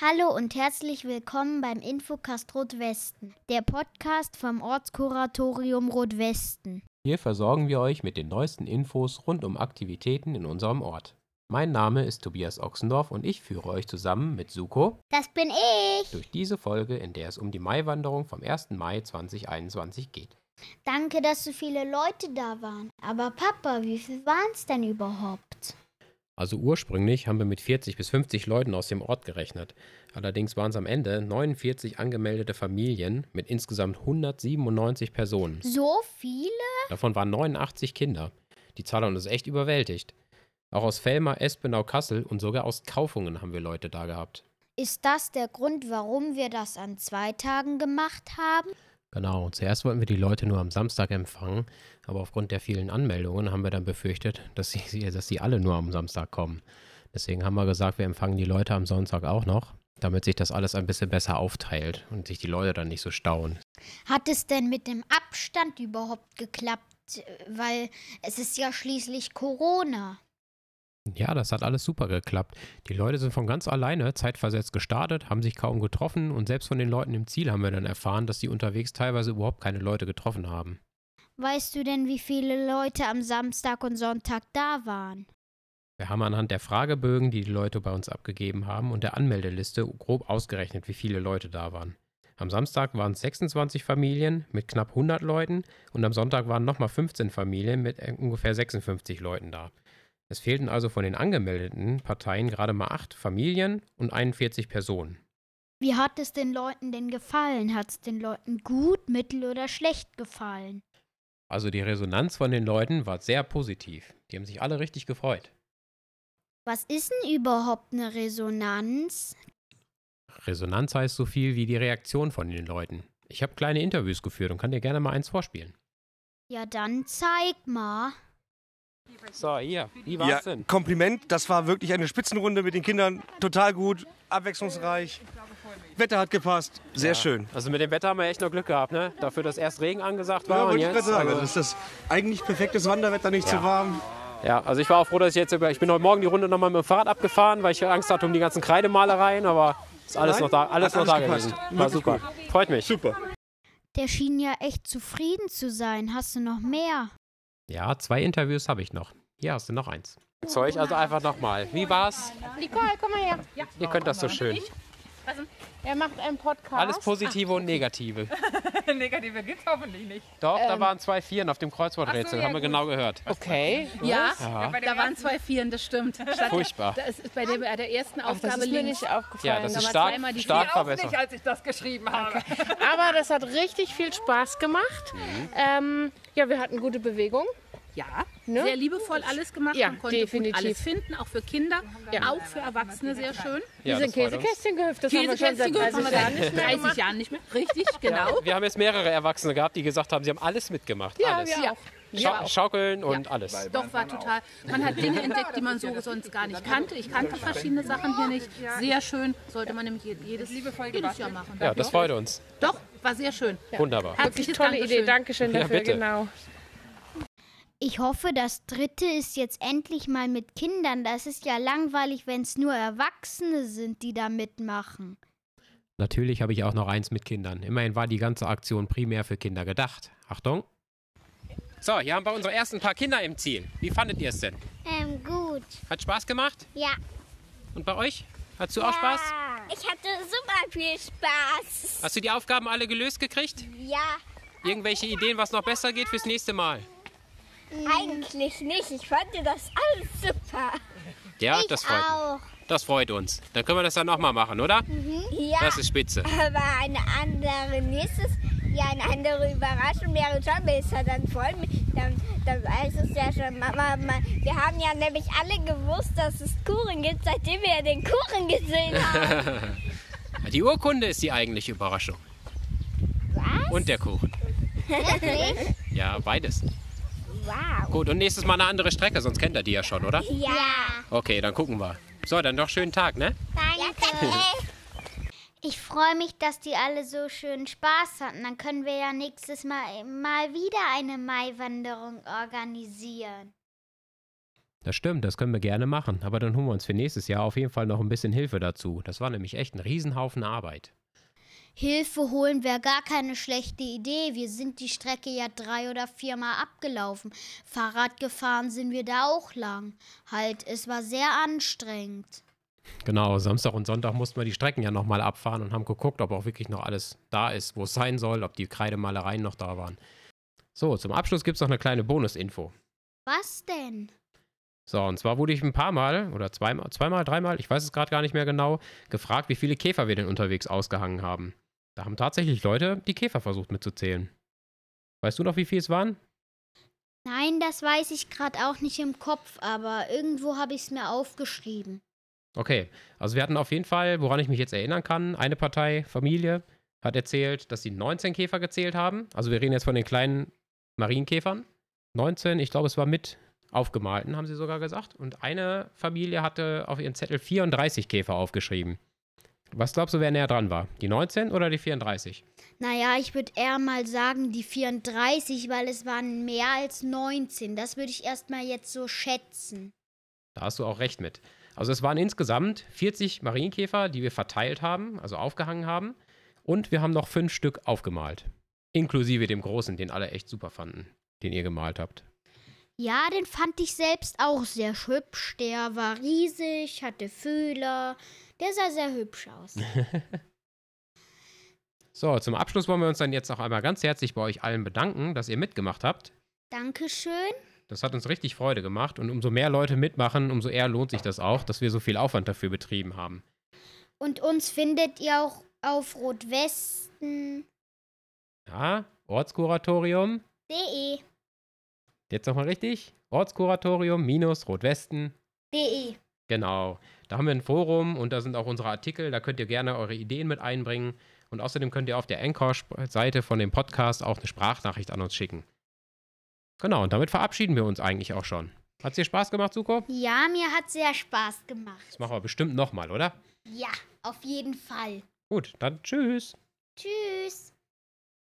Hallo und herzlich willkommen beim Infocast Rot-Westen, der Podcast vom Ortskuratorium Rot-Westen. Hier versorgen wir euch mit den neuesten Infos rund um Aktivitäten in unserem Ort. Mein Name ist Tobias Ochsendorf und ich führe euch zusammen mit Suko Das bin ich. durch diese Folge, in der es um die Maiwanderung vom 1. Mai 2021 geht. Danke, dass so viele Leute da waren. Aber Papa, wie viel waren es denn überhaupt? Also ursprünglich haben wir mit 40 bis 50 Leuten aus dem Ort gerechnet. Allerdings waren es am Ende 49 angemeldete Familien mit insgesamt 197 Personen. So viele? Davon waren 89 Kinder. Die Zahl hat uns echt überwältigt. Auch aus Velmar, Espenau, Kassel und sogar aus Kaufungen haben wir Leute da gehabt. Ist das der Grund, warum wir das an zwei Tagen gemacht haben? Genau, zuerst wollten wir die Leute nur am Samstag empfangen, aber aufgrund der vielen Anmeldungen haben wir dann befürchtet, dass sie, dass sie alle nur am Samstag kommen. Deswegen haben wir gesagt, wir empfangen die Leute am Sonntag auch noch, damit sich das alles ein bisschen besser aufteilt und sich die Leute dann nicht so stauen. Hat es denn mit dem Abstand überhaupt geklappt? Äh, Weil es ist ja schließlich Corona. Ja, das hat alles super geklappt. Die Leute sind von ganz alleine zeitversetzt gestartet, haben sich kaum getroffen und selbst von den Leuten im Ziel haben wir dann erfahren, dass sie unterwegs teilweise überhaupt keine Leute getroffen haben. Weißt du denn, wie viele Leute am Samstag und Sonntag da waren? Wir haben anhand der Fragebögen, die die Leute bei uns abgegeben haben, und der Anmeldeliste grob ausgerechnet, wie viele Leute da waren. Am Samstag waren es 26 Familien mit knapp 100 Leuten und am Sonntag waren nochmal 15 Familien mit äh, ungefähr 56 Leuten da. Es fehlten also von den angemeldeten Parteien gerade mal 8 Familien und 41 Personen. Wie hat es den Leuten denn gefallen? Hat es den Leuten gut, mittel oder schlecht gefallen? Also die Resonanz von den Leuten war sehr positiv. Die haben sich alle richtig gefreut. Was ist denn überhaupt eine Resonanz? Resonanz heißt so viel wie die Reaktion von den Leuten. Ich habe kleine Interviews geführt und kann dir gerne mal eins vorspielen. Ja, dann zeig mal. So, hier, wie war's Ja, denn? Kompliment, das war wirklich eine Spitzenrunde mit den Kindern. Total gut, abwechslungsreich. Wetter hat gepasst, sehr schön. Also mit dem Wetter haben wir echt noch Glück gehabt, ne? Dafür, dass erst Regen angesagt war Ja, und wollte ich gerade jetzt. sagen, also, das ist das eigentlich perfektes Wanderwetter, nicht Ja. zu warm. ja, also ich war auch froh, dass ich jetzt über. Ich bin heute Morgen die Runde nochmal mit dem Fahrrad abgefahren, weil ich Angst hatte um die ganzen Kreidemalereien, aber ist alles Nein, noch da, alles hat noch da alles gewesen. gepasst. War Wirklich super. Freut mich. Super. Der schien ja echt zufrieden zu sein. Hast du noch mehr? Ja, zwei Interviews habe ich noch. Hier hast du noch eins. Zeug, also einfach nochmal. Wie war's? Nicole, komm mal her. Ihr könnt das so schön. Er macht einen Podcast. Alles Positive und Negative. Negative gibt hoffentlich nicht. Doch, Ähm, da waren zwei Vieren auf dem Kreuzworträtsel, haben wir genau gehört. Okay. Ja, Ja, Bei da waren zwei Vieren, das stimmt. Stand, furchtbar. da ist, bei der, bei der ersten Das Aufgabe ist mir links. nicht aufgefallen. Ja, das ist war stark, zweimal die stark Ich auch verbessert. nicht, als ich das geschrieben habe. Aber das hat richtig viel Spaß gemacht. Mhm. Ähm, ja, wir hatten gute Bewegung. Ja, sehr liebevoll alles gemacht. Ja, Man konnte definitiv. gut alles finden, auch für Kinder, auch für Erwachsene sehr schön. Ja, Diese das freut uns. Käsekästchen-Gehüpft, das haben wir Käsekästchen schon haben seit 30 wir Jahren. seit 30 Jahren nicht mehr. Richtig, genau. Wir haben jetzt mehrere Erwachsene gehabt, die gesagt haben, sie haben alles mitgemacht. Ja, alles. wir Ja. auch. Schau Schaukeln und alles. Doch, war total. Man hat Dinge entdeckt, die man so sonst gar nicht kannte. Ich kannte verschiedene Sachen hier nicht. Sehr schön. Sollte man nämlich jedes, jedes Jahr machen. Ja, das freut uns. Doch, war sehr schön. Wunderbar. Herzliches Tolle Idee, Dankeschön Dankeschön. Ja, dafür, bitte. genau. Ich hoffe, das dritte ist jetzt endlich mal mit Kindern. Das ist ja langweilig, wenn es nur Erwachsene sind, die da mitmachen. Natürlich habe ich auch noch eins mit Kindern. Immerhin war die ganze Aktion primär für Kinder gedacht. Achtung. So, hier haben wir unsere ersten paar Kinder im Ziel. Wie fandet ihr es denn? Ähm, gut. Hat Spaß gemacht? Ja. Und bei euch? Hattest du auch Spaß? Ich hatte super viel Spaß. Hast du die Aufgaben alle gelöst gekriegt? Ja, Irgendwelche Ideen, was noch besser geht fürs nächste Mal? Mhm. eigentlich nicht. Ich fand das alles super. Ja, das freut, Auch. das freut uns. Dann können wir das dann nochmal machen, oder? Ja, Das ist spitze. aber eine andere nächstes, ja, eine andere Überraschung wäre schon besser. Dann freuen mich, dann, dann weiß es ja schon Mama. Ma- Wir haben ja nämlich alle gewusst, dass es Kuchen gibt, seitdem wir den Kuchen gesehen haben. Die Urkunde ist die eigentliche Überraschung. Was? Und der Kuchen. ja, beides. Wow. Gut, und nächstes Mal eine andere Strecke, sonst kennt ihr die ja schon, oder? Ja. Okay, dann gucken wir. So, dann noch schönen Tag, ne? Danke. Ich freue mich, dass die alle so schönen Spaß hatten. Dann können wir ja nächstes Mal mal wieder eine Maiwanderung organisieren. Das stimmt, das können wir gerne machen, aber dann holen wir uns für nächstes Jahr auf jeden Fall noch ein bisschen Hilfe dazu. Das war nämlich echt ein Riesenhaufen Arbeit. Hilfe holen wäre gar keine schlechte Idee. Wir sind die Strecke ja drei oder viermal abgelaufen. Fahrrad gefahren sind wir da auch lang. Halt, es war sehr anstrengend. Genau, Samstag und Sonntag mussten wir die Strecken ja nochmal abfahren und haben geguckt, ob auch wirklich noch alles da ist, wo es sein soll, ob die Kreidemalereien noch da waren. So, zum Abschluss gibt es noch eine kleine Bonusinfo. Was denn? So, und zwar wurde ich ein paar Mal oder zweimal, zweimal, dreimal, ich weiß es gerade gar nicht mehr genau, gefragt, wie viele Käfer wir denn unterwegs ausgehangen haben. Da haben tatsächlich Leute die Käfer versucht mitzuzählen. Weißt du noch, wie viel es waren? Nein, das weiß ich gerade auch nicht im Kopf, aber irgendwo habe ich es mir aufgeschrieben. Okay, also wir hatten auf jeden Fall, woran ich mich jetzt erinnern kann, eine Partei, Familie, hat erzählt, dass sie 19 Käfer gezählt haben. Also wir reden jetzt von den kleinen Marienkäfern. 19, ich glaube, es war mit aufgemalten, haben sie sogar gesagt. Und eine Familie hatte auf ihren Zettel 34 Käfer aufgeschrieben. Was glaubst du, wer näher dran war? Die 19 oder die 34? Naja, ich würde eher mal sagen die 34, weil es waren mehr als 19. Das würde ich erstmal jetzt so schätzen. Da hast du auch recht mit. Also es waren insgesamt 40 Marienkäfer, die wir verteilt haben, also aufgehangen haben. Und wir haben noch fünf Stück aufgemalt. Inklusive dem großen, den alle echt super fanden, den ihr gemalt habt. Ja, den fand ich selbst auch sehr hübsch. Der war riesig, hatte Fühler. Der sah sehr hübsch aus. So, zum Abschluss wollen wir uns dann jetzt noch einmal ganz herzlich bei euch allen bedanken, dass ihr mitgemacht habt. Dankeschön. Das hat uns richtig Freude gemacht und umso mehr Leute mitmachen, umso eher lohnt sich das auch, dass wir so viel Aufwand dafür betrieben haben. Und uns findet ihr auch auf rotwesten.de. Ja, Ortskuratorium, jetzt nochmal richtig, Ortskuratorium minus Rotwesten DE. Genau. Da haben wir ein Forum und da sind auch unsere Artikel. Da könnt ihr gerne eure Ideen mit einbringen. Und außerdem könnt ihr auf der Anchor-Seite von dem Podcast auch eine Sprachnachricht an uns schicken. Genau, und damit verabschieden wir uns eigentlich auch schon. Hat's dir Spaß gemacht, Suko? Ja, mir hat sehr Spaß gemacht. Das machen wir bestimmt nochmal, oder? Ja, auf jeden Fall. Gut, dann tschüss. Tschüss.